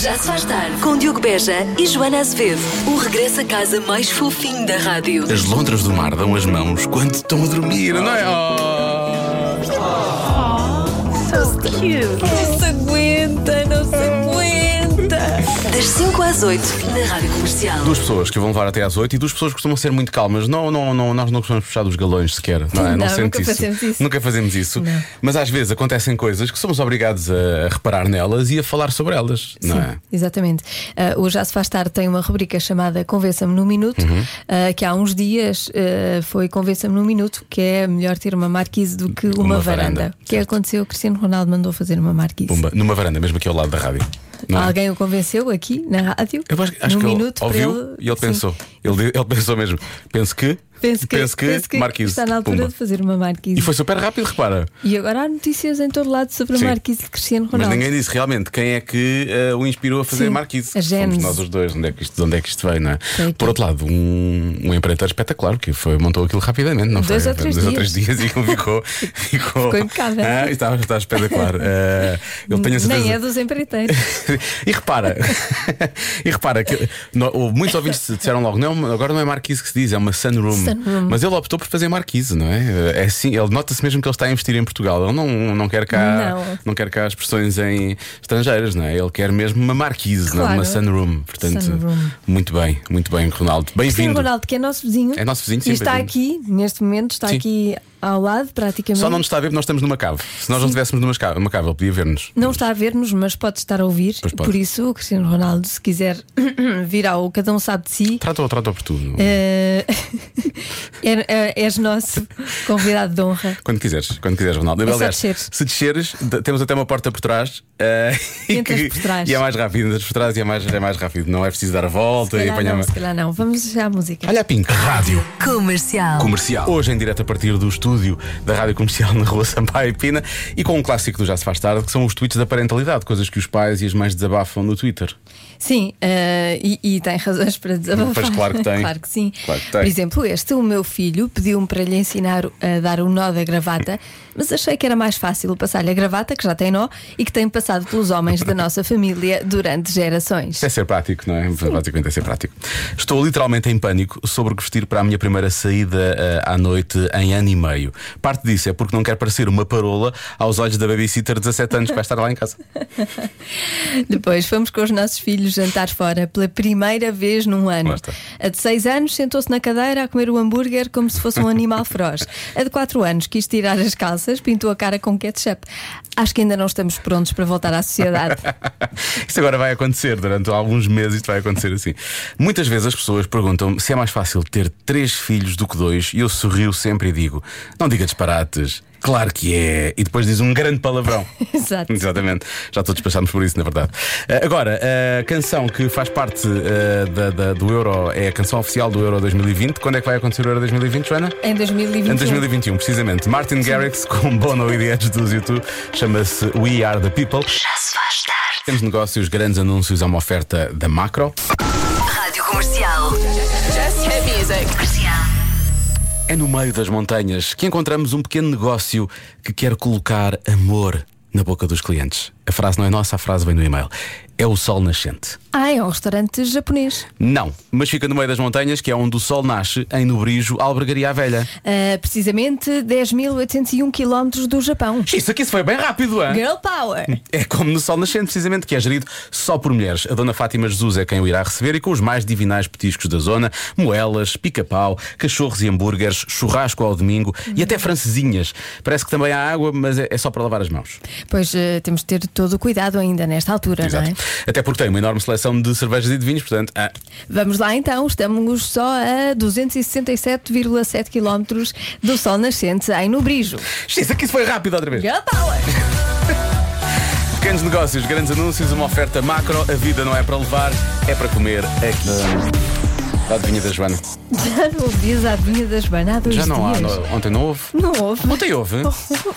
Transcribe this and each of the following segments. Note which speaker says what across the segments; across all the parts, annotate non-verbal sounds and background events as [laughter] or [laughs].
Speaker 1: Já se faz tarde com Diogo Beja e Joana Azevedo. O regresso a casa mais fofinho da rádio.
Speaker 2: As lontras do mar dão as mãos quando estão a dormir, não é? Oh.
Speaker 1: Não se aguenta, não se aguenta. Das 5 às 8 na rádio comercial.
Speaker 2: Duas pessoas que vão levar até às oito e duas pessoas que costumam ser muito calmas. Não, não, não, nós não costumamos puxar dos galões sequer, não é?
Speaker 3: Não,
Speaker 2: sente
Speaker 3: nunca fazemos isso.
Speaker 2: Nunca fazemos isso. Mas às vezes acontecem coisas que somos obrigados a reparar nelas e a falar sobre elas, não é?
Speaker 3: Exatamente. Ah, o Já Se Faz Tarde tem uma rubrica chamada Convença-me num Minuto, ah, que há uns dias ah, foi Convença-me num Minuto, que é melhor ter uma marquise do que uma,
Speaker 2: Uma varanda,
Speaker 3: varanda. O que aconteceu? Cristiano Ronaldo mandou fazer uma marquise.
Speaker 2: Pumba, numa varanda, mesmo aqui ao lado da rádio. não é?
Speaker 3: Alguém o convenceu aqui na rádio?
Speaker 2: Eu acho, acho
Speaker 3: num
Speaker 2: que ele
Speaker 3: minuto para
Speaker 2: ouviu
Speaker 3: ele...
Speaker 2: e ele
Speaker 3: Sim.
Speaker 2: pensou. Ele, ele pensou mesmo. Penso que.
Speaker 3: Penso que,
Speaker 2: penso que,
Speaker 3: penso que
Speaker 2: Marquise.
Speaker 3: está na altura
Speaker 2: Pumba.
Speaker 3: de fazer uma marquise.
Speaker 2: E foi super rápido, repara.
Speaker 3: E agora há notícias em todo lado sobre
Speaker 2: Sim.
Speaker 3: a marquise de Cristiano
Speaker 2: Mas
Speaker 3: Ronaldo.
Speaker 2: ninguém disse realmente quem é que eh, o inspirou a fazer
Speaker 3: Sim,
Speaker 2: Marquise.
Speaker 3: a
Speaker 2: Somos
Speaker 3: gênese.
Speaker 2: nós os dois, onde é que isto, de onde é que isto veio, não é?
Speaker 3: Sei
Speaker 2: Por outro lado, um, um empreiteiro espetacular que foi, montou aquilo rapidamente, não
Speaker 3: Dois
Speaker 2: foi?
Speaker 3: ou três
Speaker 2: Dois
Speaker 3: dias.
Speaker 2: ou três dias e aquilo ficou. ficou,
Speaker 3: [laughs] Ficou impecável.
Speaker 2: Ah, está, está
Speaker 3: [laughs]
Speaker 2: espetacular. Eh, eu tenho a certeza.
Speaker 3: Nem é dos empreiteiros.
Speaker 2: [laughs] e repara, e repara que no- ou muitos ouvintes disseram logo: não, agora não é marquise que se diz, é uma sunroom.
Speaker 3: Sunroom.
Speaker 2: Mas ele optou por fazer marquise, não é? É assim, ele nota-se mesmo que ele está a investir em Portugal. Ele não, não quer cá, não.
Speaker 3: Não.
Speaker 2: quer cá expressões em estrangeiras, não é? Ele quer mesmo uma marquise, não é?
Speaker 3: Claro.
Speaker 2: uma sunroom. Portanto,
Speaker 3: Sunroom.
Speaker 2: muito bem, muito bem, Ronaldo.
Speaker 3: Cristiano
Speaker 2: Bem-vindo.
Speaker 3: Ronaldo, que é nosso vizinho.
Speaker 2: É nosso vizinho, sim,
Speaker 3: E está
Speaker 2: bem-vindo.
Speaker 3: aqui, neste momento, está
Speaker 2: Sim.
Speaker 3: aqui ao lado, praticamente.
Speaker 2: Só não nos está a ver porque nós estamos numa cave. Se nós não estivéssemos numa cave, numa cave, ele podia ver-nos.
Speaker 3: Não está a ver-nos, mas pode estar a ouvir.
Speaker 2: Pois pode.
Speaker 3: Por isso, o Cristiano Ronaldo, se quiser [clears throat] vir ao Cada Um Sabe de Si,
Speaker 2: Trata-o, trata-o por tudo.
Speaker 3: eh, [laughs] é- é- és nosso convidado de honra.
Speaker 2: Quando quiseres, quando quiseres, Ronaldo.
Speaker 3: É só
Speaker 2: Aliás,
Speaker 3: desceres.
Speaker 2: se desceres, d- temos até uma porta por trás. eh, [laughs] e,
Speaker 3: Entras por trás.
Speaker 2: e é mais rápido, entras por trás e é mais, é mais rápido. Não é preciso dar a volta
Speaker 3: Se
Speaker 2: e
Speaker 3: calhar
Speaker 2: apanhar
Speaker 3: não,
Speaker 2: uma.
Speaker 3: se calhar não. Vamos já à música.
Speaker 2: Olha a Pink. Rádio
Speaker 1: Comercial.
Speaker 2: Comercial. Hoje em direto a partir do estúdio da Rádio Comercial na Rua Sampaio e Pina e com um clássico do Já Se Faz Tarde, que são os tweets da parentalidade, coisas que os pais e as mães desabafam no Twitter.
Speaker 3: Sim, eh, e, e tem razões para desabafar.
Speaker 2: Pois, claro que tem.
Speaker 3: [laughs] Claro que sim.
Speaker 2: Claro que tem.
Speaker 3: Por exemplo, este, o meu filho, pediu-me para lhe ensinar a dar o nó da gravata, mas achei que era mais fácil passar-lhe a gravata, que já tem nó, e que tem passado pelos homens da nossa família durante gerações.
Speaker 2: [laughs] Isto é ser prático, não é? Basicamente é ser prático. Estou literalmente em pânico sobre o que vestir para a minha primeira saída eh, à noite em ano e meio. Parte disso é porque não quero parecer uma parola aos olhos da babysitter de 17 anos que vai estar lá em casa.
Speaker 3: Depois fomos com os nossos filhos jantar fora pela primeira vez num ano.
Speaker 2: Lá está.
Speaker 3: A de 6 anos sentou-se na cadeira a comer o hambúrguer como se fosse
Speaker 2: [laughs]
Speaker 3: um animal feroz. A de 4 anos quis tirar as calças, pintou a cara com ketchup. Acho que ainda não estamos prontos para voltar à sociedade.
Speaker 2: Isto agora vai acontecer, durante alguns meses isto vai acontecer assim. Muitas vezes as pessoas perguntam-me se é mais fácil ter três filhos do que dois, e eu sorrio sempre e digo: não diga disparates, claro que é. E depois diz um grande palavrão.
Speaker 3: Exato.
Speaker 2: Exatamente, já todos passámos por isso, na verdade. Ah, Agora, a canção que faz parte ah, da- da- do Euro é a canção oficial do Euro 2020. Quando é que vai acontecer o Euro 2020, Joana?
Speaker 3: Em 2021.
Speaker 2: Em 2021, precisamente. Martin Garrix com Bono e The Edge dos YouTube chama-se We Are the People.
Speaker 1: Já se faz tarde.
Speaker 2: Temos negócios, grandes anúncios, há uma oferta da Macro.
Speaker 1: Rádio Comercial.
Speaker 4: Just hit music.
Speaker 1: Comercial.
Speaker 2: É no meio das montanhas que encontramos um pequeno negócio que quer colocar amor na boca dos clientes. A frase não é nossa, a frase vem no e-mail. É o sol nascente.
Speaker 3: Ah, é um restaurante japonês.
Speaker 2: Não, mas fica no meio das montanhas, que é onde o sol nasce, em Nobrijo, Albergaria à Velha.
Speaker 3: Ah, precisamente 10.801 km um do Japão.
Speaker 2: Isso aqui se foi bem rápido, hein?
Speaker 3: Girl
Speaker 2: [laughs]
Speaker 3: Power!
Speaker 2: É como no Sol Nascente, precisamente, que é gerido só por mulheres. A Dona Fátima Jesus é quem o irá receber e com os mais divinais petiscos da zona, moelas, pica-pau, cachorros e hambúrgueres, churrasco ao domingo e até francesinhas. Parece que também há água, mas é é só para lavar as mãos.
Speaker 3: Pois ah, temos de ter todo o cuidado ainda nesta altura, não é?
Speaker 2: Até porque tem uma enorme seleção de cervejas e de vinhos, portanto, ah,
Speaker 3: Vamos lá então, estamos só a 267,7 km do Sol Nascente em Nobrijo.
Speaker 2: X, aqui se foi rápido outra vez.
Speaker 3: Girl Power! [laughs]
Speaker 2: Pequenos negócios, grandes anúncios, uma oferta macro. A vida não é para levar, é para comer aqui. Dá adivinha da Joana.
Speaker 3: Já não ouvias a um vinha das banadas
Speaker 2: Já não é? há,
Speaker 3: dias.
Speaker 2: no- ontem não houve.
Speaker 3: Não houve. [laughs]
Speaker 2: Ontem houve.
Speaker 3: Houve.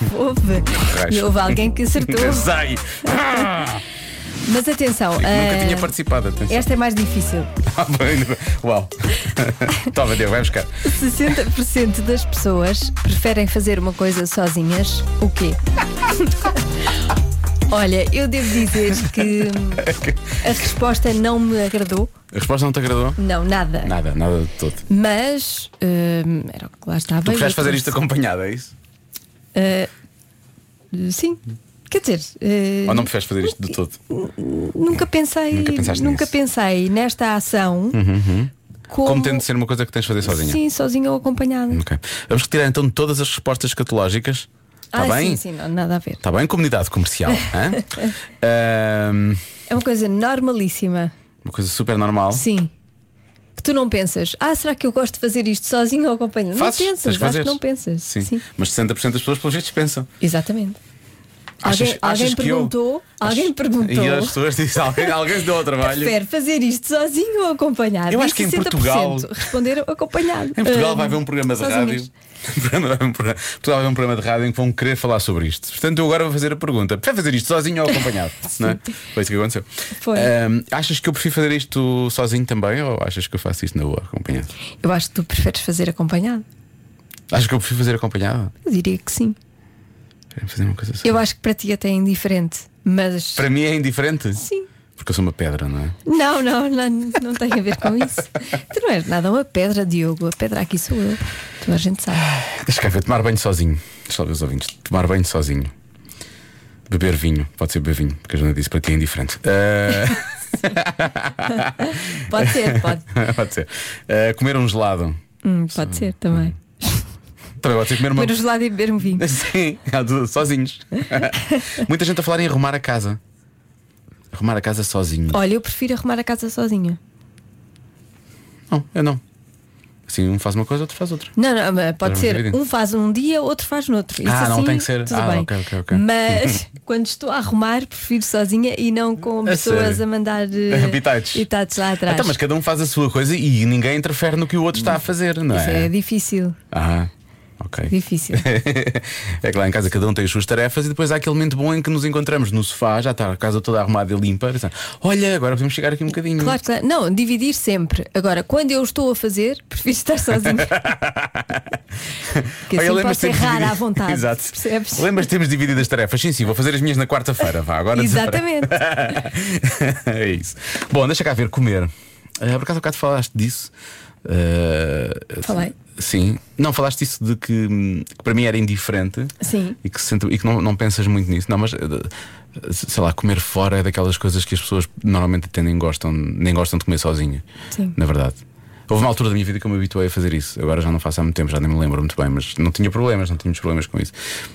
Speaker 3: E houve
Speaker 2: [laughs]
Speaker 3: alguém que acertou.
Speaker 2: Zai.
Speaker 3: Mas atenção.
Speaker 2: Ah! Nunca
Speaker 3: ah,
Speaker 2: tinha participado, atenção.
Speaker 3: Esta é mais difícil.
Speaker 2: Ah,
Speaker 3: é.
Speaker 2: bem, [laughs] Uau. Toma, Diego, vai buscar.
Speaker 3: 60% das pessoas preferem fazer uma coisa sozinhas. O quê? Olha, eu devo dizer que hum, a resposta não me agradou.
Speaker 2: A resposta não te agradou?
Speaker 3: Não, nada.
Speaker 2: Nada, nada de todo.
Speaker 3: Mas hum, era o que lá estava.
Speaker 2: Tu
Speaker 3: e
Speaker 2: queres
Speaker 3: eu
Speaker 2: fazer isto
Speaker 3: trouxe.
Speaker 2: acompanhada, é isso?
Speaker 3: Ah, sim. Quer dizer, eh,
Speaker 2: Ou não preferes fazer isto de todo?
Speaker 3: nunca pensei,
Speaker 2: Nunca pensaste
Speaker 3: nunca
Speaker 2: nisso. Uhum,
Speaker 3: pensei nesta ação como,
Speaker 2: Como tendo de ser uma coisa que tens de fazer sozinha? Hum.
Speaker 3: Sim, sozinha ou acompanhada.
Speaker 2: Ok. Vamos retirar então todas as respostas escatológicas. Está
Speaker 3: ah,
Speaker 2: Tá bem?
Speaker 3: sim, sim, não, nada a ver.
Speaker 2: Está bem, comunidade
Speaker 3: [laughs]
Speaker 2: comercial. hã? Ahm,
Speaker 3: É uma coisa normalíssima.
Speaker 2: uma coisa super normal.
Speaker 3: Sim. Que tu não pensas, ah, será que eu gosto de fazer isto sozinho ou acompanhado? Não
Speaker 2: Fazes? Tens
Speaker 3: pensas,
Speaker 2: que
Speaker 3: acho
Speaker 2: fazer.
Speaker 3: que não pensas.
Speaker 2: Sim. Mas 60% das pessoas, pelos vistos, pensam.
Speaker 3: Exatamente.
Speaker 2: Achas-
Speaker 3: alguém alguém
Speaker 2: achas que eu-
Speaker 3: perguntou, alguém perguntou,
Speaker 2: E as pessoas dizem, alguém, alguém se deu ao trabalho.
Speaker 3: prefere fazer isto sozinho ou acompanhado?
Speaker 2: Eu
Speaker 3: E
Speaker 2: acho que em
Speaker 3: 60%
Speaker 2: Portugal-
Speaker 3: responderam acompanhado. Ah,
Speaker 2: Em Portugal
Speaker 3: Ahm,
Speaker 2: vai haver um programa de
Speaker 3: sozinhas.
Speaker 2: rádio. [laughs] Um programa- vai haver um programa- Portugal vai haver um programa de rádio em que vão querer falar sobre isto. Portanto, eu agora vou fazer a pergunta: prefere fazer isto sozinho ou
Speaker 3: [laughs]
Speaker 2: acompanhado? Não é? Foi isso que aconteceu.
Speaker 3: Foi.
Speaker 2: Ahm, achas que eu prefiro fazer isto sozinho também ou achas que eu faço isto na boa, acompanhado?
Speaker 3: Eu acho que tu preferes fazer acompanhado.
Speaker 2: Acho que eu prefiro fazer acompanhado.
Speaker 3: Eu diria que sim.
Speaker 2: Querem fazer uma coisa só.
Speaker 3: Eu acho que para ti até é indiferente, mas
Speaker 2: Para mim é indiferente.
Speaker 3: sim.
Speaker 2: Porque eu sou uma pedra, não é?
Speaker 3: Não, não, não, não tem a ver com isso. Tu não és nada uma pedra, Diogo. A pedra aqui sou eu. Toda a gente sabe.
Speaker 2: Deixa cá ver, tomar banho sozinho. Deixa lá ver os ouvintes. Tomar banho sozinho. Beber vinho. Pode ser beber vinho, porque a Joana disse para ti é indiferente. [laughs] Ah,
Speaker 3: Pode
Speaker 2: [laughs]
Speaker 3: ser, pode.
Speaker 2: pode ser. Ah, comer um gelado.
Speaker 3: Hum, pode ser também.
Speaker 2: Também pode ser comer uma.
Speaker 3: Comer um gelado e beber um vinho.
Speaker 2: [laughs] Sim, há tudo,
Speaker 3: [laughs]
Speaker 2: sozinhos. Muita gente a falar em arrumar a casa. Arrumar a casa sozinho.
Speaker 3: Olha, eu prefiro arrumar a casa sozinha.
Speaker 2: Não, eu não. Assim, um faz uma coisa, outro faz outra.
Speaker 3: Não, não, mas pode
Speaker 2: Mas
Speaker 3: ser.
Speaker 2: dividem.
Speaker 3: Um faz num dia, outro faz no outro. Isso
Speaker 2: Ah, não,
Speaker 3: assim,
Speaker 2: tem que ser-
Speaker 3: Tudo
Speaker 2: ah,
Speaker 3: bem.
Speaker 2: ok, ok, ok.
Speaker 3: Mas [laughs] quando estou a arrumar, prefiro sozinha e não com
Speaker 2: A
Speaker 3: pessoas
Speaker 2: sério?
Speaker 3: a mandar
Speaker 2: [laughs]
Speaker 3: eh,
Speaker 2: Bitites.
Speaker 3: bitites lá atrás.
Speaker 2: Então, mas cada um faz a sua coisa e ninguém interfere no que o outro está a fazer, não
Speaker 3: Isso
Speaker 2: é?
Speaker 3: é difícil,
Speaker 2: Ah, ok.
Speaker 3: difícil.
Speaker 2: [laughs] é que lá em casa cada um tem as suas tarefas e depois há aquele momento bom em que nos encontramos no sofá, já está a casa toda arrumada e limpa. e dizem, Olha, agora podemos chegar aqui um bocadinho.
Speaker 3: Claro, claro. Não, dividir sempre. Agora, quando eu estou a fazer, [laughs] prefiro
Speaker 2: [laughs]
Speaker 3: estar sozinha. Porque
Speaker 2: Olha,
Speaker 3: assim
Speaker 2: lembras-te
Speaker 3: posso
Speaker 2: de termos
Speaker 3: errar
Speaker 2: dividido-
Speaker 3: à vontade.
Speaker 2: [laughs] Exato.
Speaker 3: Percebes?
Speaker 2: Lembras de termos dividido as tarefas? Sim, sim, vou fazer as minhas na quarta-feira. Vá, agora
Speaker 3: Exatamente.
Speaker 2: [laughs] é isso. Bom, deixa cá ver comer. Ah, por acaso, há bocado falaste disso. Ah,
Speaker 3: Falei.
Speaker 2: Sim. Não, falaste disso de que, hum, que para mim era indiferente.
Speaker 3: Sim.
Speaker 2: E que, sento- e que não, não pensas muito nisso. Não, mas. ah, Sei lá, comer fora é daquelas coisas que as pessoas normalmente até nem gostam, nem gostam de comer sozinha.
Speaker 3: Sim.
Speaker 2: Na verdade. Houve uma altura da minha vida que eu me habituei a fazer isso. Agora já não faço há muito tempo, já nem me lembro muito bem, mas não tinha problemas, não tínhamos problemas com isso.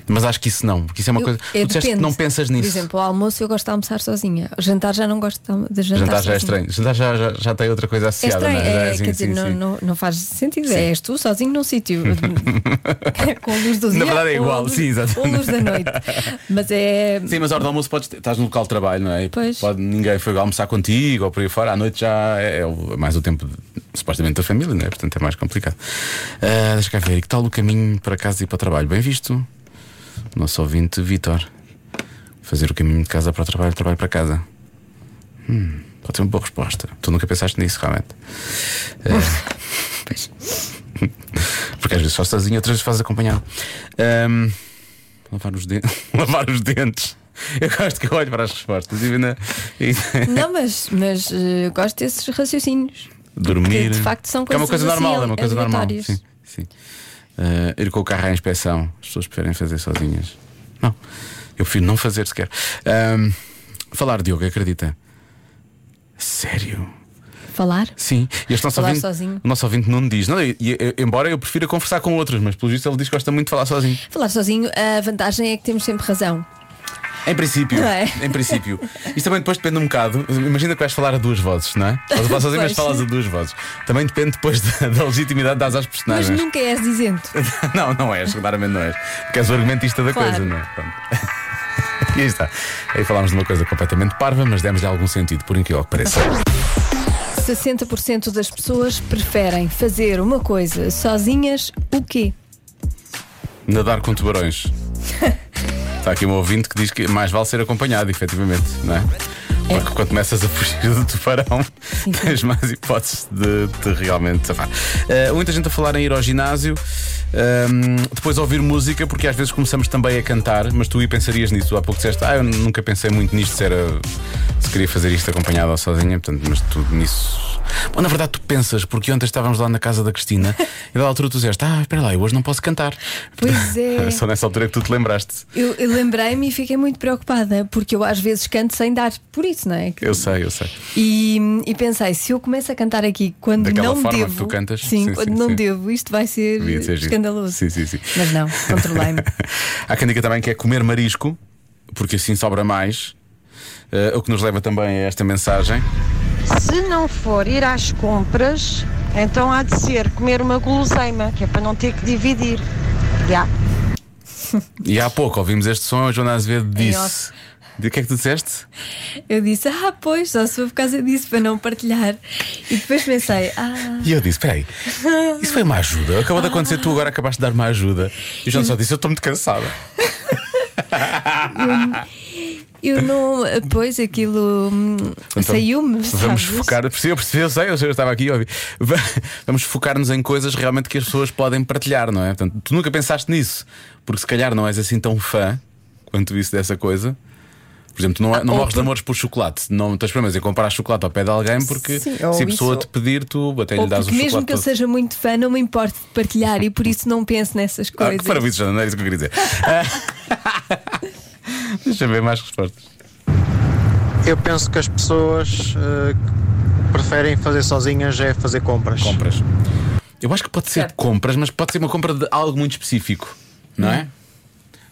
Speaker 2: Mas acho que isso não, porque isso é uma
Speaker 3: Eu-
Speaker 2: coisa.
Speaker 3: é,
Speaker 2: tu disseste que
Speaker 3: depende.
Speaker 2: não pensas nisso.
Speaker 3: Por exemplo, ao almoço eu gosto de almoçar sozinha. Ao Jantar já não gosto de almo- de jantar.
Speaker 2: Jantar já é
Speaker 3: sozinha.
Speaker 2: estranho. Jantar já, já, já tem outra coisa
Speaker 3: É
Speaker 2: associada,
Speaker 3: estranho,
Speaker 2: não é? Já
Speaker 3: é,
Speaker 2: assim,
Speaker 3: quer dizer,
Speaker 2: sim,
Speaker 3: não,
Speaker 2: sim.
Speaker 3: Não, não faz sentido. És tu sozinho
Speaker 2: [laughs]
Speaker 3: num sítio [laughs] com a luz do dia.
Speaker 2: Na verdade é
Speaker 3: ou a
Speaker 2: igual,
Speaker 3: luz-
Speaker 2: sim, exato.
Speaker 3: Ou a luz da noite. Mas é.
Speaker 2: Sim, mas a hora do almoço podes ter- estás no local de trabalho, não é? E
Speaker 3: Pois.
Speaker 2: Pode, ninguém foi almoçar contigo ou por aí fora. À noite já é, é o- é mais o tempo, de- supostamente, da família, não é? Portanto é mais complicado. Ah, deixa cá ver. E que tal o caminho para casa e para o trabalho? Bem visto, nosso ouvinte Vitor. Fazer o caminho de casa para o trabalho, trabalho para casa. Hum, pode ser uma boa resposta. Tu nunca pensaste nisso, realmente. Ah, [laughs] Porque às vezes faz sozinho, outras vezes faz acompanhado. Ahm, Lavar os dentes. [laughs] Lavar os dentes. Eu gosto que eu olho para as respostas e ainda. e-
Speaker 3: Não, mas, mas eh, gosto desses raciocínios.
Speaker 2: Dormir.
Speaker 3: de facto são
Speaker 2: Que é uma
Speaker 3: coisas
Speaker 2: coisa
Speaker 3: assim,
Speaker 2: normal, é uma coisa normal.
Speaker 3: obrigatórias.
Speaker 2: Sim, sim. Ah, ir com o carro à inspeção. As pessoas preferem fazer sozinhas. Não. Eu prefiro não fazer sequer. Ahm, falar, Diogo, acredita? Sério?
Speaker 3: Falar?
Speaker 2: Sim. E este nosso
Speaker 3: Falar
Speaker 2: ouvinte,
Speaker 3: sozinho.
Speaker 2: O nosso ouvinte não diz. Não, e- e- e- embora eu prefira conversar com outros, mas pelo visto ele diz que gosta muito de falar sozinho.
Speaker 3: Falar sozinho, a vantagem é que temos sempre razão.
Speaker 2: Em princípio,
Speaker 3: Não é?
Speaker 2: em princípio. Isto também depois depende um bocado. Imagina que vais falar a duas vozes, não é? Estás a falar sozinho, mas
Speaker 3: Pois.
Speaker 2: falas a duas vozes. Também depende depois da, da legitimidade das às
Speaker 3: Mas
Speaker 2: personagens.
Speaker 3: nunca és
Speaker 2: [laughs]
Speaker 3: dizendo.
Speaker 2: Não, não és, claramente não és. Porque és o argumentista da
Speaker 3: Claro.
Speaker 2: coisa, não é? Pronto. [laughs] E aí está. Aí falámos de uma coisa completamente parva, mas demos-lhe algum sentido, por incrível que pareça.
Speaker 3: 60% das pessoas preferem fazer uma coisa sozinhas, o quê?
Speaker 2: Nadar com tubarões. Está aqui um ouvinte que diz que mais vale ser acompanhado, efetivamente, não é? Porque quando começas a fugir do tubarão, tens mais hipóteses de, de realmente safar. Eh, muita gente a falar em ir ao ginásio. Ahm, depois ouvir música, porque às vezes começamos também a cantar, mas tu e pensarias nisso. Há pouco disseste, ah, eu nunca pensei muito nisto, se, era, se queria fazer isto acompanhada ou sozinha, portanto, mas tu nisso. Bom, na verdade, tu pensas, porque ontem estávamos lá na casa da Cristina e da altura tu disseste, ah, espera lá, eu hoje não posso cantar. [laughs]
Speaker 3: Pois é.
Speaker 2: Só nessa altura que tu te lembraste.
Speaker 3: Eu, eu lembrei-me e fiquei muito preocupada, porque eu às vezes canto sem dar por isso, não é?
Speaker 2: Eu sei, eu sei.
Speaker 3: E, e pensei, se eu começo a cantar aqui quando
Speaker 2: Daquela
Speaker 3: não
Speaker 2: forma
Speaker 3: devo.
Speaker 2: que tu cantas?
Speaker 3: Sim,
Speaker 2: Sim,
Speaker 3: quando
Speaker 2: sim,
Speaker 3: não
Speaker 2: sim.
Speaker 3: devo, isto vai ser,
Speaker 2: Devia ser giro.
Speaker 3: escandaloso.
Speaker 2: Sim, sim, sim.
Speaker 3: Mas não, controlei-me.
Speaker 2: [laughs] Há quem diga também que é comer marisco, porque assim sobra mais. Eh, o que nos leva também a esta mensagem.
Speaker 5: Se não for ir às compras, então há de ser comer uma guloseima, que é para não ter que dividir. Já.
Speaker 2: E há pouco ouvimos este som, a Joana Azevedo disse.
Speaker 3: off.
Speaker 2: De- O que é que tu disseste?
Speaker 3: Eu disse, ah, pois, só se foi por causa disso, para não partilhar. E depois pensei, ah.
Speaker 2: E eu disse: Espera aí, isso foi uma ajuda. Acabou de acontecer, tu agora acabaste de dar uma ajuda. E o João só disse: Eu estou muito cansada.
Speaker 3: Eu não. Pois aquilo hum,
Speaker 2: Então,
Speaker 3: saiu-me.
Speaker 2: Vamos
Speaker 3: sabes?
Speaker 2: focar, percebi, eu percebi, eu sei, eu sei, eu estava aqui a ouvir. Va- [laughs] Vamos focar-nos em coisas realmente que as pessoas podem partilhar, não é? Portanto, tu nunca pensaste nisso, porque se calhar não és assim tão fã quanto isso dessa coisa. Por exemplo, tu não, é- não
Speaker 3: Ah, ou
Speaker 2: morres de
Speaker 3: por-
Speaker 2: amores por chocolate. Não tens problemas em comprar chocolate ao pé de alguém, porque
Speaker 3: Sim, ou
Speaker 2: se a pessoa
Speaker 3: isso-
Speaker 2: te pedir, tu até lhe
Speaker 3: Ou
Speaker 2: dás o
Speaker 3: porque
Speaker 2: chocolate.
Speaker 3: mesmo que eu
Speaker 2: todo.
Speaker 3: seja muito fã, não me importo de partilhar e por isso não penso nessas
Speaker 2: Ah,
Speaker 3: coisas.
Speaker 2: que maravilha, Joana, não era isso que eu queria dizer. Ah,
Speaker 3: [laughs]
Speaker 2: [laughs] Deixa eu ver mais respostas.
Speaker 6: Eu penso que as pessoas eh, que preferem fazer sozinhas é fazer compras.
Speaker 2: Compras. Eu acho que pode ser
Speaker 3: Certo.
Speaker 2: compras, mas pode ser uma compra de algo muito específico, não é?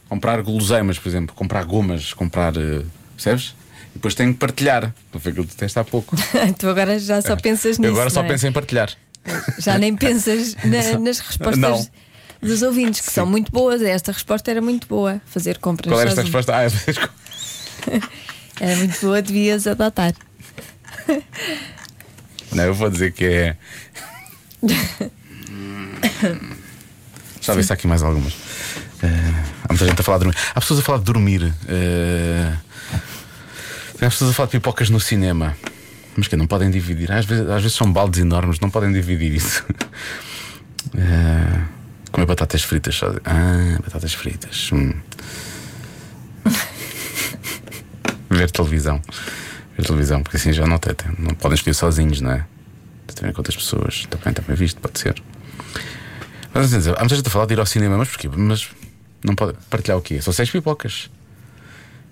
Speaker 2: Comprar guloseimas, por exemplo, comprar gomas, comprar. eh, percebes? E depois tenho que partilhar. Foi aquilo que tu testa há pouco.
Speaker 3: [laughs] tu agora já só [laughs] pensas nisso.
Speaker 2: Eu agora só
Speaker 3: não é?
Speaker 2: penso em partilhar.
Speaker 3: Já nem
Speaker 2: [laughs]
Speaker 3: pensas na-
Speaker 2: Só-
Speaker 3: nas respostas
Speaker 2: Não.
Speaker 3: dos ouvintes, que são muito boas. Esta resposta era muito boa. Fazer compras
Speaker 2: Qual era esta
Speaker 3: sozinho.
Speaker 2: resposta? Ah, [laughs] eu fiz-
Speaker 3: Era muito boa, devias adotar.
Speaker 2: não, eu vou dizer que é. Deixa eu ver se há aqui mais algumas. Eh, há muita gente a falar de dormir. Há pessoas a falar de dormir. eh, Há pessoas a falar de pipocas no cinema. Mas que não podem dividir. Às vezes, às vezes são baldes enormes, não podem dividir isso. Eh, comer batatas fritas só. Ah, batatas fritas. hum.
Speaker 3: [laughs]
Speaker 2: Ver televisão. Ver televisão, porque assim já não, tem, tem- não podem escolher sozinhos, não é? Também com outras pessoas. Também, também visto, pode ser. Mas, assim, há muita gente a falar de ir ao cinema, mas porquê? Mas não pode partilhar o quê? São seis pipocas.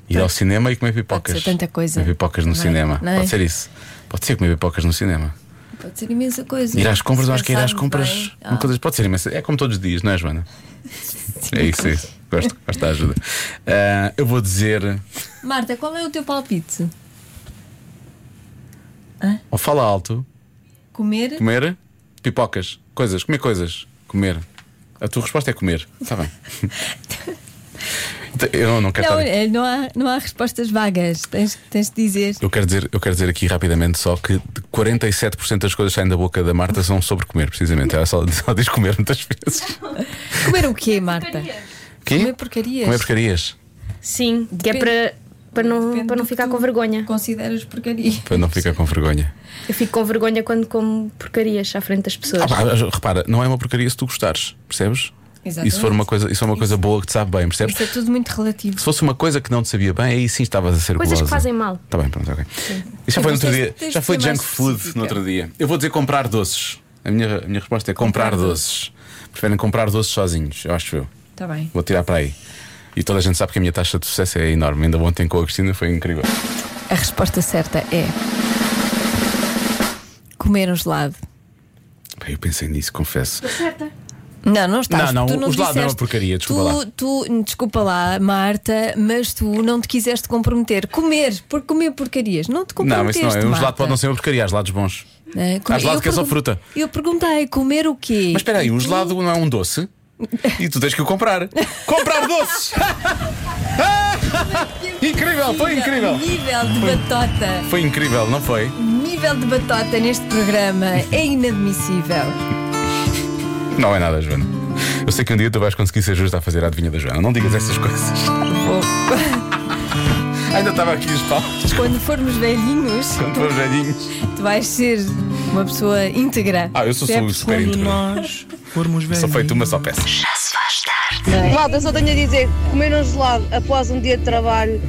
Speaker 2: Ir ao cinema e comer pipocas.
Speaker 3: ser tanta coisa.
Speaker 2: Comer pipocas no
Speaker 3: Não é?
Speaker 2: cinema.
Speaker 3: Não é?
Speaker 2: Pode ser isso. Pode ser comer pipocas no cinema.
Speaker 3: Pode ser imensa coisa.
Speaker 2: Ir às compras, eu acho que é ir às
Speaker 3: Pensar
Speaker 2: compras.
Speaker 3: bem. ah.
Speaker 2: uma coisa- pode ser imensa. É como todos os dias, não é, Joana? É isso, é isso. Gosto, gosto da ajuda. Ah, eu vou dizer.
Speaker 3: Marta, qual é o teu palpite?
Speaker 2: Ou fala alto,
Speaker 3: Comer?
Speaker 2: comer pipocas, coisas, comer coisas, comer. A tua resposta é comer. Está
Speaker 3: [laughs]
Speaker 2: bem. Então, Eu não quero
Speaker 3: Não,
Speaker 2: estar-
Speaker 3: é, não, há, não há respostas vagas. Tens, tens de dizer.
Speaker 2: Eu quero, dizer, eu quero dizer aqui rapidamente só que 47% das coisas que saem da boca da Marta são sobre comer, precisamente. Ela só, só diz comer muitas vezes.
Speaker 3: [laughs] Comer o quê, Marta?
Speaker 2: Quê?
Speaker 3: Comer porcarias.
Speaker 2: Comer porcarias.
Speaker 7: Sim, que é
Speaker 3: Depende-
Speaker 7: para, para não,
Speaker 3: Depende
Speaker 7: para não
Speaker 3: do que
Speaker 7: ficar
Speaker 3: tu
Speaker 7: com vergonha.
Speaker 3: Consideras porcaria.
Speaker 2: Para não ficar com vergonha.
Speaker 7: Eu fico com vergonha quando como porcarias à frente das
Speaker 2: Ah,
Speaker 7: pessoas.
Speaker 2: pá, repara, não é uma porcaria se tu gostares, percebes?
Speaker 3: Exatamente.
Speaker 2: Isso, for uma coisa, isso é uma coisa boa que te sabe bem, percebes?
Speaker 3: Isso é tudo muito relativo.
Speaker 2: Se fosse uma coisa que não te sabia bem, aí sim estavas a ser
Speaker 7: Coisas
Speaker 2: gulosa.
Speaker 7: que fazem mal.
Speaker 2: Está bem, pronto, ok. Isso já foi no
Speaker 3: Então,
Speaker 2: outro
Speaker 3: tens-
Speaker 2: dia.
Speaker 3: tens
Speaker 2: Já
Speaker 3: de
Speaker 2: foi
Speaker 3: ser mais
Speaker 2: junk food
Speaker 3: específica.
Speaker 2: no outro dia. Eu vou dizer comprar doces. A minha, a minha resposta é comprar,
Speaker 3: Comprar
Speaker 2: doces. Preferem comprar doces sozinhos, eu acho eu.
Speaker 3: Está Tá bem.
Speaker 2: Vou tirar para aí. E toda a gente sabe que a minha taxa de sucesso é enorme. Ainda ontem com a Cristina foi incrível.
Speaker 3: A resposta certa é. Comer um gelado.
Speaker 2: Pá, eu pensei nisso, confesso.
Speaker 3: Não, não estás.
Speaker 2: Não, não,
Speaker 3: tu não
Speaker 2: o gelado não é uma
Speaker 3: disseste.
Speaker 2: porcaria, desculpa
Speaker 3: tu,
Speaker 2: lá.
Speaker 3: Tu, desculpa lá, Marta, mas tu não te quiseste comprometer. Comer, por comer porcarias. Não te
Speaker 2: Não,
Speaker 3: comprometeste.
Speaker 2: isso não é. Um gelado
Speaker 3: Marta.
Speaker 2: pode não ser uma porcaria, há gelados bons.
Speaker 3: Né?
Speaker 2: Há gelado
Speaker 3: Eu
Speaker 2: que é só
Speaker 3: pergun-
Speaker 2: fruta.
Speaker 3: Eu perguntei, comer o quê?
Speaker 2: Mas espera aí,
Speaker 3: E
Speaker 2: um
Speaker 3: tu-
Speaker 2: gelado não é um doce? E tu tens que o comprar. comprar doces! [laughs] Ah! incrível, foi incrível!
Speaker 3: Nível de batota,
Speaker 2: Foi incrível, não foi?
Speaker 3: nível de batota neste programa é inadmissível.
Speaker 2: Não é nada, Joana. Eu sei que um dia tu vais conseguir ser justa a fazer a adivinha da Joana. Não digas essas coisas. [laughs] Ainda estava aqui os palcos
Speaker 3: Quando formos velhinhos,
Speaker 2: quando fomos velhinhos.
Speaker 3: tu vais ser uma pessoa íntegra.
Speaker 2: Ah, eu sou
Speaker 3: Percebes?
Speaker 2: super íntegro.
Speaker 8: formos
Speaker 2: Só feito uma só
Speaker 8: velhinhos.
Speaker 2: peça.
Speaker 9: Malta, só tenho a dizer, comer um gelado após um dia de trabalho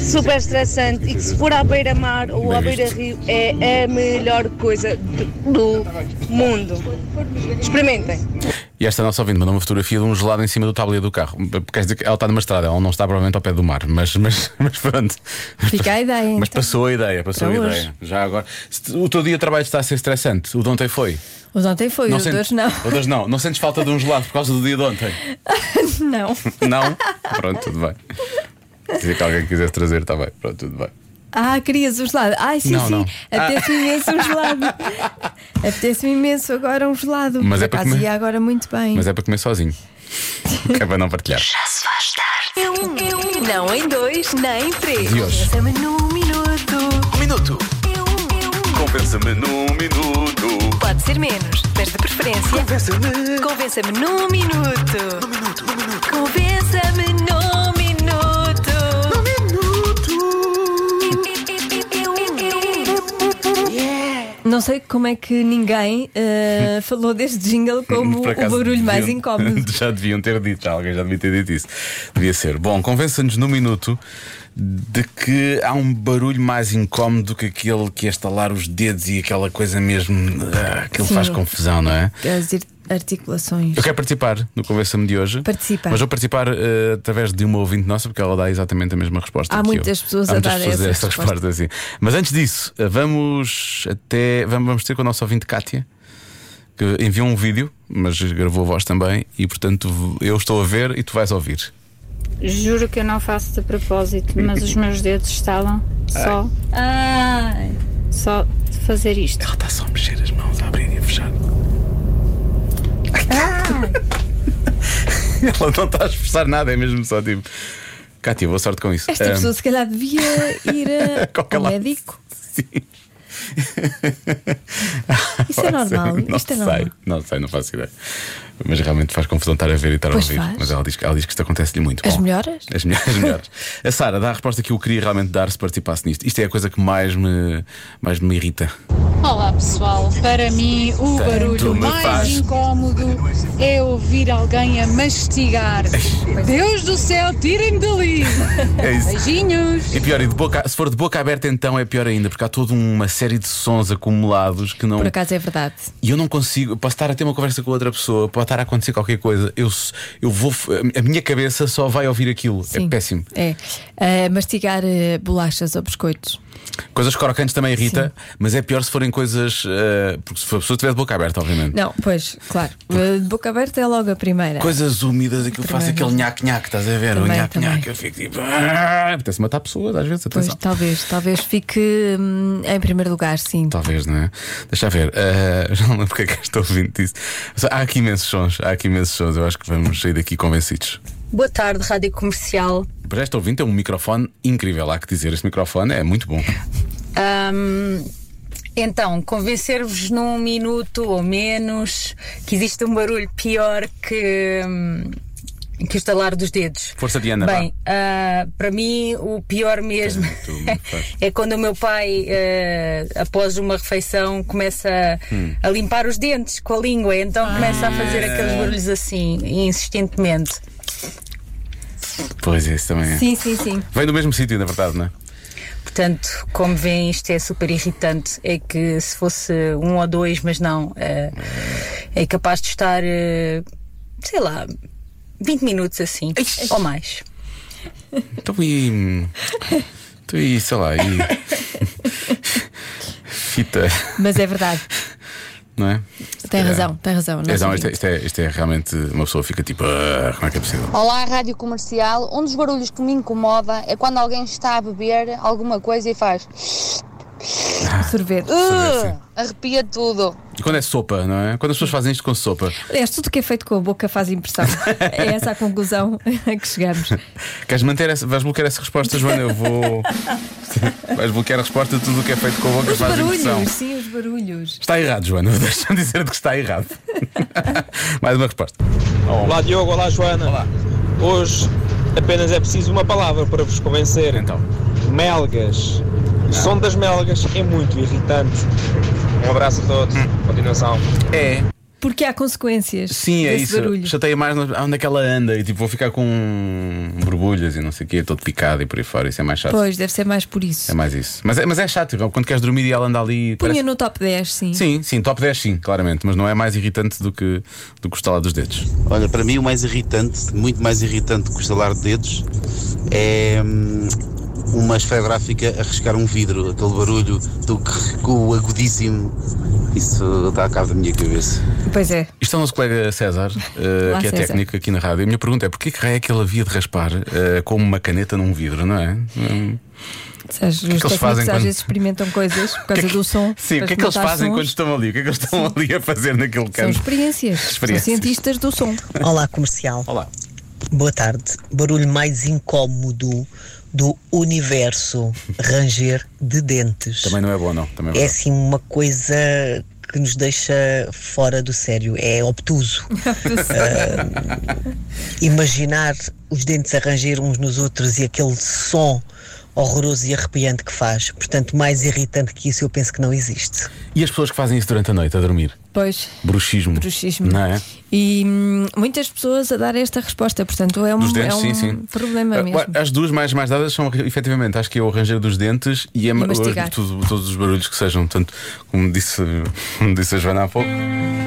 Speaker 9: super estressante e que se for à beira-mar ou à
Speaker 2: Bem visto.
Speaker 9: beira-rio é a melhor coisa do do mundo. Experimentem.
Speaker 2: E esta nossa ouvinte mandou uma fotografia de um gelado em cima do tabuleiro do carro. Quer dizer que ela está numa estrada, ela não está provavelmente ao pé do mar, mas, mas, [laughs] mas pronto.
Speaker 3: Fica a ideia.
Speaker 2: Mas
Speaker 3: então.
Speaker 2: passou a ideia, passou a
Speaker 3: Para
Speaker 2: ideia.
Speaker 3: hoje.
Speaker 2: Já agora. Se- O teu dia de trabalho está a ser estressante. O de ontem foi.
Speaker 3: O de ontem foi, o de
Speaker 2: sentes-
Speaker 3: hoje não.
Speaker 2: O de hoje não. Não sentes falta de um gelado por causa do dia de ontem?
Speaker 3: [laughs] Não.
Speaker 2: Não? Pronto, tudo bem. Se que alguém quisesse trazer, está bem. Pronto, tudo bem.
Speaker 3: Ah, querias um gelado. Ai, sim,
Speaker 2: Não,
Speaker 3: sim.
Speaker 2: não. Ah.
Speaker 3: Apetece-me imenso
Speaker 2: [laughs]
Speaker 3: um gelado. Apetece-me imenso agora um gelado.
Speaker 2: Mas
Speaker 3: Por
Speaker 2: é para
Speaker 3: acaso
Speaker 2: comer.
Speaker 3: ia agora muito bem.
Speaker 2: Mas é para comer sozinho. Que é para não partilhar.
Speaker 1: É um, é um, não em dois, nem em três.
Speaker 2: De hoje.
Speaker 1: Pensa-me num minuto.
Speaker 2: Um minuto.
Speaker 1: É um, é um.
Speaker 2: Compensa-me num minuto.
Speaker 1: Pode ser menos, mas de preferência.
Speaker 2: Compensa-me.
Speaker 1: Convença-me num minuto. Num minuto, num minuto. Convença-me num minuto. Num minuto.
Speaker 3: Não sei como é que ninguém eh, [laughs] falou deste jingle como
Speaker 2: Por
Speaker 3: o
Speaker 2: acaso,
Speaker 3: barulho mais
Speaker 2: deviam- [laughs]
Speaker 3: incómodo.
Speaker 2: já deviam ter dito, já alguém já devia ter dito isso. Devia ser. Bom, convença-nos num minuto de que há um barulho mais incómodo que aquele que é estalar os dedos e aquela coisa mesmo. ah, aquilo
Speaker 3: Sim.
Speaker 2: faz confusão, não é?
Speaker 3: As ir- articulações.
Speaker 2: Eu quero participar no Convença-me de hoje.
Speaker 3: Participa.
Speaker 2: Mas vou participar eh, através de uma ouvinte nossa, porque ela dá exatamente a mesma resposta.
Speaker 3: Há
Speaker 2: que
Speaker 3: muitas
Speaker 2: eu.
Speaker 3: pessoas
Speaker 2: Há
Speaker 3: a
Speaker 2: muitas
Speaker 3: dar
Speaker 2: pessoas a
Speaker 3: essa
Speaker 2: essa resposta.
Speaker 3: resposta.
Speaker 2: assim. Mas antes disso, eh, vamos até. Vamos, vamos ter com a nossa ouvinte Kátia, que enviou um vídeo, mas gravou a voz também, e portanto eu estou a ver e tu vais ouvir.
Speaker 10: Juro que eu não faço de propósito, mas os meus dedos estalam só,
Speaker 3: Ai.
Speaker 10: só de fazer isto.
Speaker 2: Ela está só a mexer as mãos, a abrir e a fechar.
Speaker 3: Ah!
Speaker 2: [laughs] ela não está a expressar nada, é mesmo só tipo. Kátia, boa sorte com isso. Eh,
Speaker 3: Esta
Speaker 2: Ahm,
Speaker 3: pessoa se calhar devia ir a-
Speaker 2: [laughs] Qualquer
Speaker 3: ao
Speaker 2: lado.
Speaker 3: médico.
Speaker 2: Sim.
Speaker 3: Isso
Speaker 2: [laughs]
Speaker 3: é normal,
Speaker 2: Não
Speaker 3: isto é
Speaker 2: sei,
Speaker 3: normal.
Speaker 2: não sei, não faço ideia. Mas realmente faz confusão estar a ver e estar
Speaker 3: Pois
Speaker 2: a ouvir.
Speaker 3: faz.
Speaker 2: Mas ela diz, que- ela diz que isto acontece-lhe muito.
Speaker 3: As
Speaker 2: Bom,
Speaker 3: melhoras?
Speaker 2: As melhores. As
Speaker 3: [laughs]
Speaker 2: melhores. a Sara dá a resposta que eu queria realmente dar se participasse nisto. Isto é a coisa que mais me, mais me irrita.
Speaker 10: Olá pessoal, para mim o
Speaker 2: tu
Speaker 10: barulho
Speaker 2: me
Speaker 10: mais
Speaker 2: faz.
Speaker 10: incómodo é ouvir alguém a mastigar. Deus do céu, tirem-me dali!
Speaker 2: É isso.
Speaker 10: Beijinhos!
Speaker 2: É pior, e de boca, se for de boca aberta, então é pior ainda, porque há toda uma série de sons acumulados que não.
Speaker 3: Por acaso é verdade.
Speaker 2: E eu não consigo, posso estar a ter uma conversa com outra pessoa, pode estar a acontecer qualquer coisa, eu, eu vou, a minha cabeça só vai ouvir aquilo. É
Speaker 3: Sim.
Speaker 2: péssimo.
Speaker 3: É. Eh, mastigar eh, bolachas ou biscoitos.
Speaker 2: Coisas crocantes também irrita, mas é pior se forem coisas. eh, porque se for- se a pessoa estiver de boca aberta, obviamente.
Speaker 3: Não, pois, claro. Eh, De boca aberta é logo a primeira.
Speaker 2: Coisas úmidas, aquilo
Speaker 3: Também.
Speaker 2: faz aquele nhaque-nhaque, estás a ver? o
Speaker 3: Também,
Speaker 2: nhaque-nhaque,
Speaker 3: também.
Speaker 2: eu fico tipo. "Ah!" Apetece matar pessoas, às vezes,
Speaker 3: Pois,
Speaker 2: atenção.
Speaker 3: talvez, talvez fique hum, em primeiro lugar, sim.
Speaker 2: Talvez, não é? Deixa ver, eh, [laughs] já não lembro porque é que estou ouvindo disso. Mas Há aqui imensos sons, há aqui imensos sons, eu acho que vamos sair daqui convencidos.
Speaker 9: Boa tarde, Rádio Comercial.
Speaker 2: Para esta ouvinte é um microfone incrível, há que dizer. Este microfone é muito bom.
Speaker 9: Ahm, então, convencer-vos num minuto ou menos que existe um barulho pior que, hum, que o estalar dos dedos.
Speaker 2: Força, Diana,
Speaker 9: Bem, ah, para mim o pior mesmo
Speaker 2: Tu me fazes.
Speaker 9: [laughs] é quando o meu pai, ah, após uma refeição, começa a limpar os dentes com a língua, então começa a fazer aqueles barulhos assim, insistentemente.
Speaker 2: Pois, esse também é.
Speaker 3: Sim, sim, sim.
Speaker 2: Vem do mesmo sítio, na verdade, não é?
Speaker 9: Portanto, como veem, isto é super irritante. É que se fosse um ou dois, mas não, eh, é, capaz de estar, eh, sei lá, 20 minutos assim, ou mais.
Speaker 2: Então e. Então e, sei lá, e. Fita,
Speaker 3: Mas é verdade.
Speaker 2: não é?
Speaker 3: Tem razão, tem razão. não
Speaker 2: Não,
Speaker 3: sabia.
Speaker 2: isto, é, isto, é, isto é realmente. Uma pessoa fica tipo. "Ah, como é que é possível?
Speaker 10: Olá, Rádio Comercial. Um dos barulhos que me incomoda é quando alguém está a beber alguma coisa e faz.
Speaker 2: é-
Speaker 10: "Uh,
Speaker 3: sorvete.
Speaker 2: Sorvete.
Speaker 10: Arrepia tudo.
Speaker 2: E quando é sopa, não é? Quando as pessoas fazem isto com sopa,
Speaker 3: Aliás, tudo o que é feito com a boca
Speaker 2: [laughs]
Speaker 3: faz impressão. É essa a conclusão a que chegamos.
Speaker 2: queres manter essa. Vais bloquear essa resposta, Joana? Eu
Speaker 3: [laughs]
Speaker 2: vou. Vais bloquear a resposta de tudo o que é feito com a boca
Speaker 3: Os
Speaker 2: faz impressão.
Speaker 3: barulhos, sim, os barulhos.
Speaker 2: Está errado, Joana. [laughs] Deixa-me dizer-te que está errado. [laughs] Mais uma resposta.
Speaker 11: Olá Diogo, olá Joana. Hoje apenas é preciso uma palavra para vos convencer.
Speaker 2: Então.
Speaker 11: Melgas. O som das melgas é muito irritante. Um abraço a todos. Continuação.
Speaker 2: É.
Speaker 3: Porque há consequências.
Speaker 2: Sim, é
Speaker 3: desse
Speaker 2: isso.
Speaker 3: Barulho.
Speaker 2: Chateia mais na- onde é que ela anda e tipo, vou ficar com borbulhas e não sei o quê, todo picado e por aí fora. Isso é mais chato.
Speaker 3: Pois, deve ser mais por isso.
Speaker 2: É mais isso. Mas é, mas é chato, tipo, quando queres dormir e ela anda ali.
Speaker 3: Punha
Speaker 2: parece-
Speaker 3: no top 10, sim.
Speaker 2: Sim, sim, top 10 sim, claramente, mas não é mais irritante do que, do que o estalar dos dedos.
Speaker 8: Olha, para mim o mais irritante, muito mais irritante que o estalar de dedos, é hum, uma esfera gráfica a riscar um vidro, aquele barulho do crrrco agudíssimo. Isso dá cabo da minha cabeça.
Speaker 3: Pois é.
Speaker 2: Isto é o nosso colega
Speaker 3: [laughs]
Speaker 2: César, eh,
Speaker 3: Olá,
Speaker 2: que é
Speaker 3: César.
Speaker 2: técnico aqui na rádio. A minha pergunta é: porquê que raio é que ele havia de raspar eh, como uma caneta num vidro, não é? Hum.
Speaker 3: Sabes,
Speaker 2: que é
Speaker 3: os
Speaker 2: que eles
Speaker 3: técnicos
Speaker 2: fazem
Speaker 3: às
Speaker 2: quando-
Speaker 3: vezes experimentam coisas
Speaker 2: [laughs]
Speaker 3: por causa do som.
Speaker 2: Sim, o que é que eles fazem quando estão ali? O que é que eles estão ali a fazer naquele
Speaker 3: São
Speaker 2: canto?
Speaker 3: experiências.
Speaker 2: Experiências.
Speaker 3: São cientistas do som.
Speaker 12: Olá, comercial.
Speaker 2: Olá.
Speaker 12: Boa tarde. Barulho mais incómodo do universo: ranger de dentes.
Speaker 2: Também não é bom, não. Também
Speaker 12: É
Speaker 2: é
Speaker 12: assim uma coisa que nos deixa fora do sério. É obtuso. Ah, imaginar os dentes a ranger uns nos outros e aquele som horroroso e arrepiante que faz. Portanto, mais irritante que isso, eu penso que não existe.
Speaker 2: E as pessoas que fazem isso durante a noite, a dormir?
Speaker 3: Pois.
Speaker 2: Bruxismo.
Speaker 3: Bruxismo.
Speaker 2: Não é?
Speaker 3: E hum, muitas pessoas a dar esta resposta, portanto é um,
Speaker 2: Dos dentes,
Speaker 3: é um
Speaker 2: sim, sim.
Speaker 3: problema
Speaker 2: Ah,
Speaker 3: mesmo.
Speaker 2: As duas mais, mais dadas são efetivamente, acho que é o ranger dos dentes e, é ma-
Speaker 3: mastigar.
Speaker 2: tudo- todos os barulhos que sejam, tanto como disse, como disse a Joana há pouco,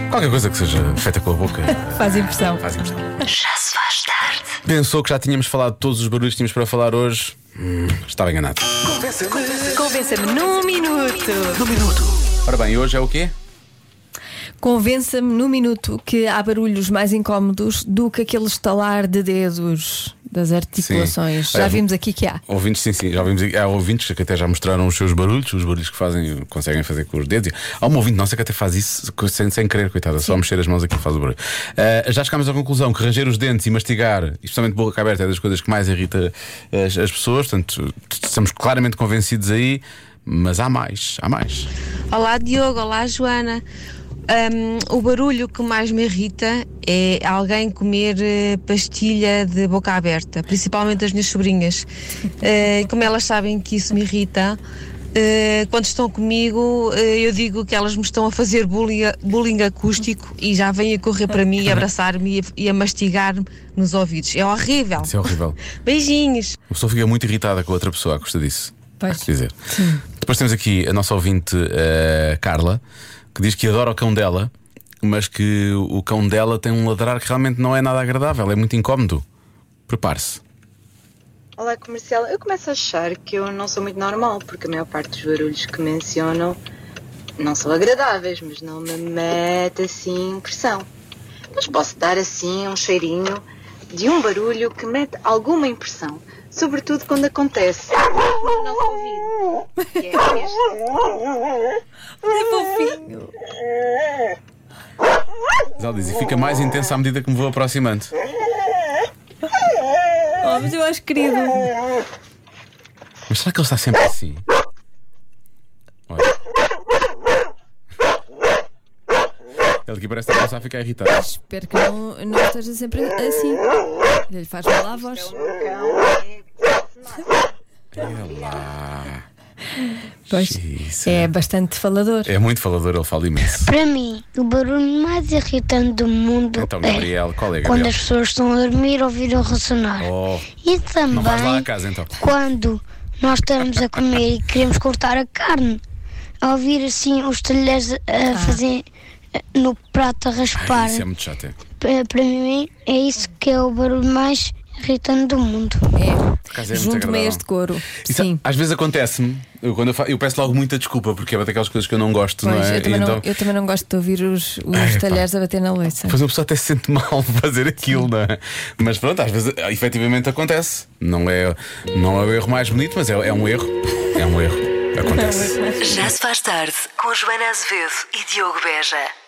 Speaker 2: qualquer coisa que seja feita com a boca.
Speaker 3: [laughs] Faz impressão.
Speaker 2: Faz impressão.
Speaker 1: Já se faz tarde.
Speaker 2: Pensou que já tínhamos falado todos os barulhos que tínhamos para falar hoje? Hum, estava enganado.
Speaker 1: Convença-me. Convença-me num minuto. Num minuto.
Speaker 2: Ora bem, hoje é o quê?
Speaker 3: Convença-me no minuto que há barulhos mais incómodos do que aquele estalar de dedos das articulações.
Speaker 2: Sim.
Speaker 3: Já
Speaker 2: É,
Speaker 3: vimos aqui que há.
Speaker 2: Ouvintes, sim, sim, já ouvimos, há ouvintes que até já mostraram os seus barulhos, os barulhos que fazem, conseguem fazer com os dedos. Há uma ouvinte nossa que até faz isso co- sem, sem querer, coitada, só mexer as mãos aqui faz o barulho. Ah, já chegámos à conclusão que ranger os dentes e mastigar, especialmente boca aberta, é das coisas que mais irrita eh, as, as pessoas, portanto, t- estamos claramente convencidos aí, mas há mais, há mais.
Speaker 13: Olá Diogo, olá Joana. Hum, o barulho que mais me irrita é alguém comer eh, pastilha de boca aberta, principalmente as minhas sobrinhas. Eh, como elas sabem que isso me irrita, eh, quando estão comigo, eh, eu digo que elas me estão a fazer bullying, bullying acústico e já vêm a correr para mim, e a abraçar-me e a- e a mastigar-me nos ouvidos. É horrível.
Speaker 2: Isso é horrível.
Speaker 13: Beijinhos.
Speaker 2: A pessoa fica muito irritada com a outra pessoa à custa disso.
Speaker 13: Pois.
Speaker 2: Há que dizer. Depois temos aqui a nossa ouvinte eh, Carla, que diz que adora o cão dela, mas que o cão dela tem um ladrar que realmente não é nada agradável, é muito incómodo. Prepare-se.
Speaker 14: Olá, comercial. Eu começo a achar que eu não sou muito normal, porque a maior parte dos barulhos que mencionam não são agradáveis, mas não me mete assim impressão. Mas posso dar assim um cheirinho de um barulho que mete alguma impressão, sobretudo quando acontece no nosso ouvido. Que é
Speaker 1: É
Speaker 14: este.
Speaker 2: Mas ela diz, e fica mais intensa à medida que me vou aproximando.
Speaker 3: Oh, mas eu acho querido.
Speaker 2: Mas será que ele está sempre assim? Olha. Ele aqui parece que está a começar a ficar irritado.
Speaker 3: Espero que não, não esteja sempre assim. Ele faz mal à voz. Pois é bastante falador.
Speaker 2: É muito falador, ele fala imenso.
Speaker 15: Para mim, o barulho mais irritante do mundo
Speaker 2: Então,
Speaker 15: é
Speaker 2: Gabriel, qual é,
Speaker 15: quando
Speaker 2: Gabriel?
Speaker 15: as pessoas estão a dormir ouviram ressonar.
Speaker 2: Oh,
Speaker 15: E
Speaker 2: não vais lá à
Speaker 15: também
Speaker 2: casa então.
Speaker 15: quando nós estamos a comer e queremos cortar a carne, a ouvir assim os talheres a fazer eh, no prato a raspar.
Speaker 2: Isso é muito chato. é.
Speaker 15: Pa- Para mim, é isso que é o barulho mais irritante do mundo.
Speaker 2: Por acaso é muito
Speaker 3: Junto-me a
Speaker 2: agradável.
Speaker 3: este couro.
Speaker 2: Isso, Às vezes acontece-me, eu, quando eu, fa- eu peço logo muita desculpa, porque é uma daquelas coisas que eu não gosto,
Speaker 3: Pois,
Speaker 2: não é?
Speaker 3: eu, também
Speaker 2: E
Speaker 3: não, eu também não gosto de ouvir os, os
Speaker 2: Ai, pá.
Speaker 3: talheres a bater na louça.
Speaker 2: Depois uma pessoa até se sente mal [laughs] fazer aquilo, não é? Mas pronto, às vezes eh, efetivamente acontece. Não é, não é o erro mais bonito, mas é, é um erro. É um erro. Acontece.
Speaker 1: Já se faz tarde com Joana Azevedo e Diogo Beja.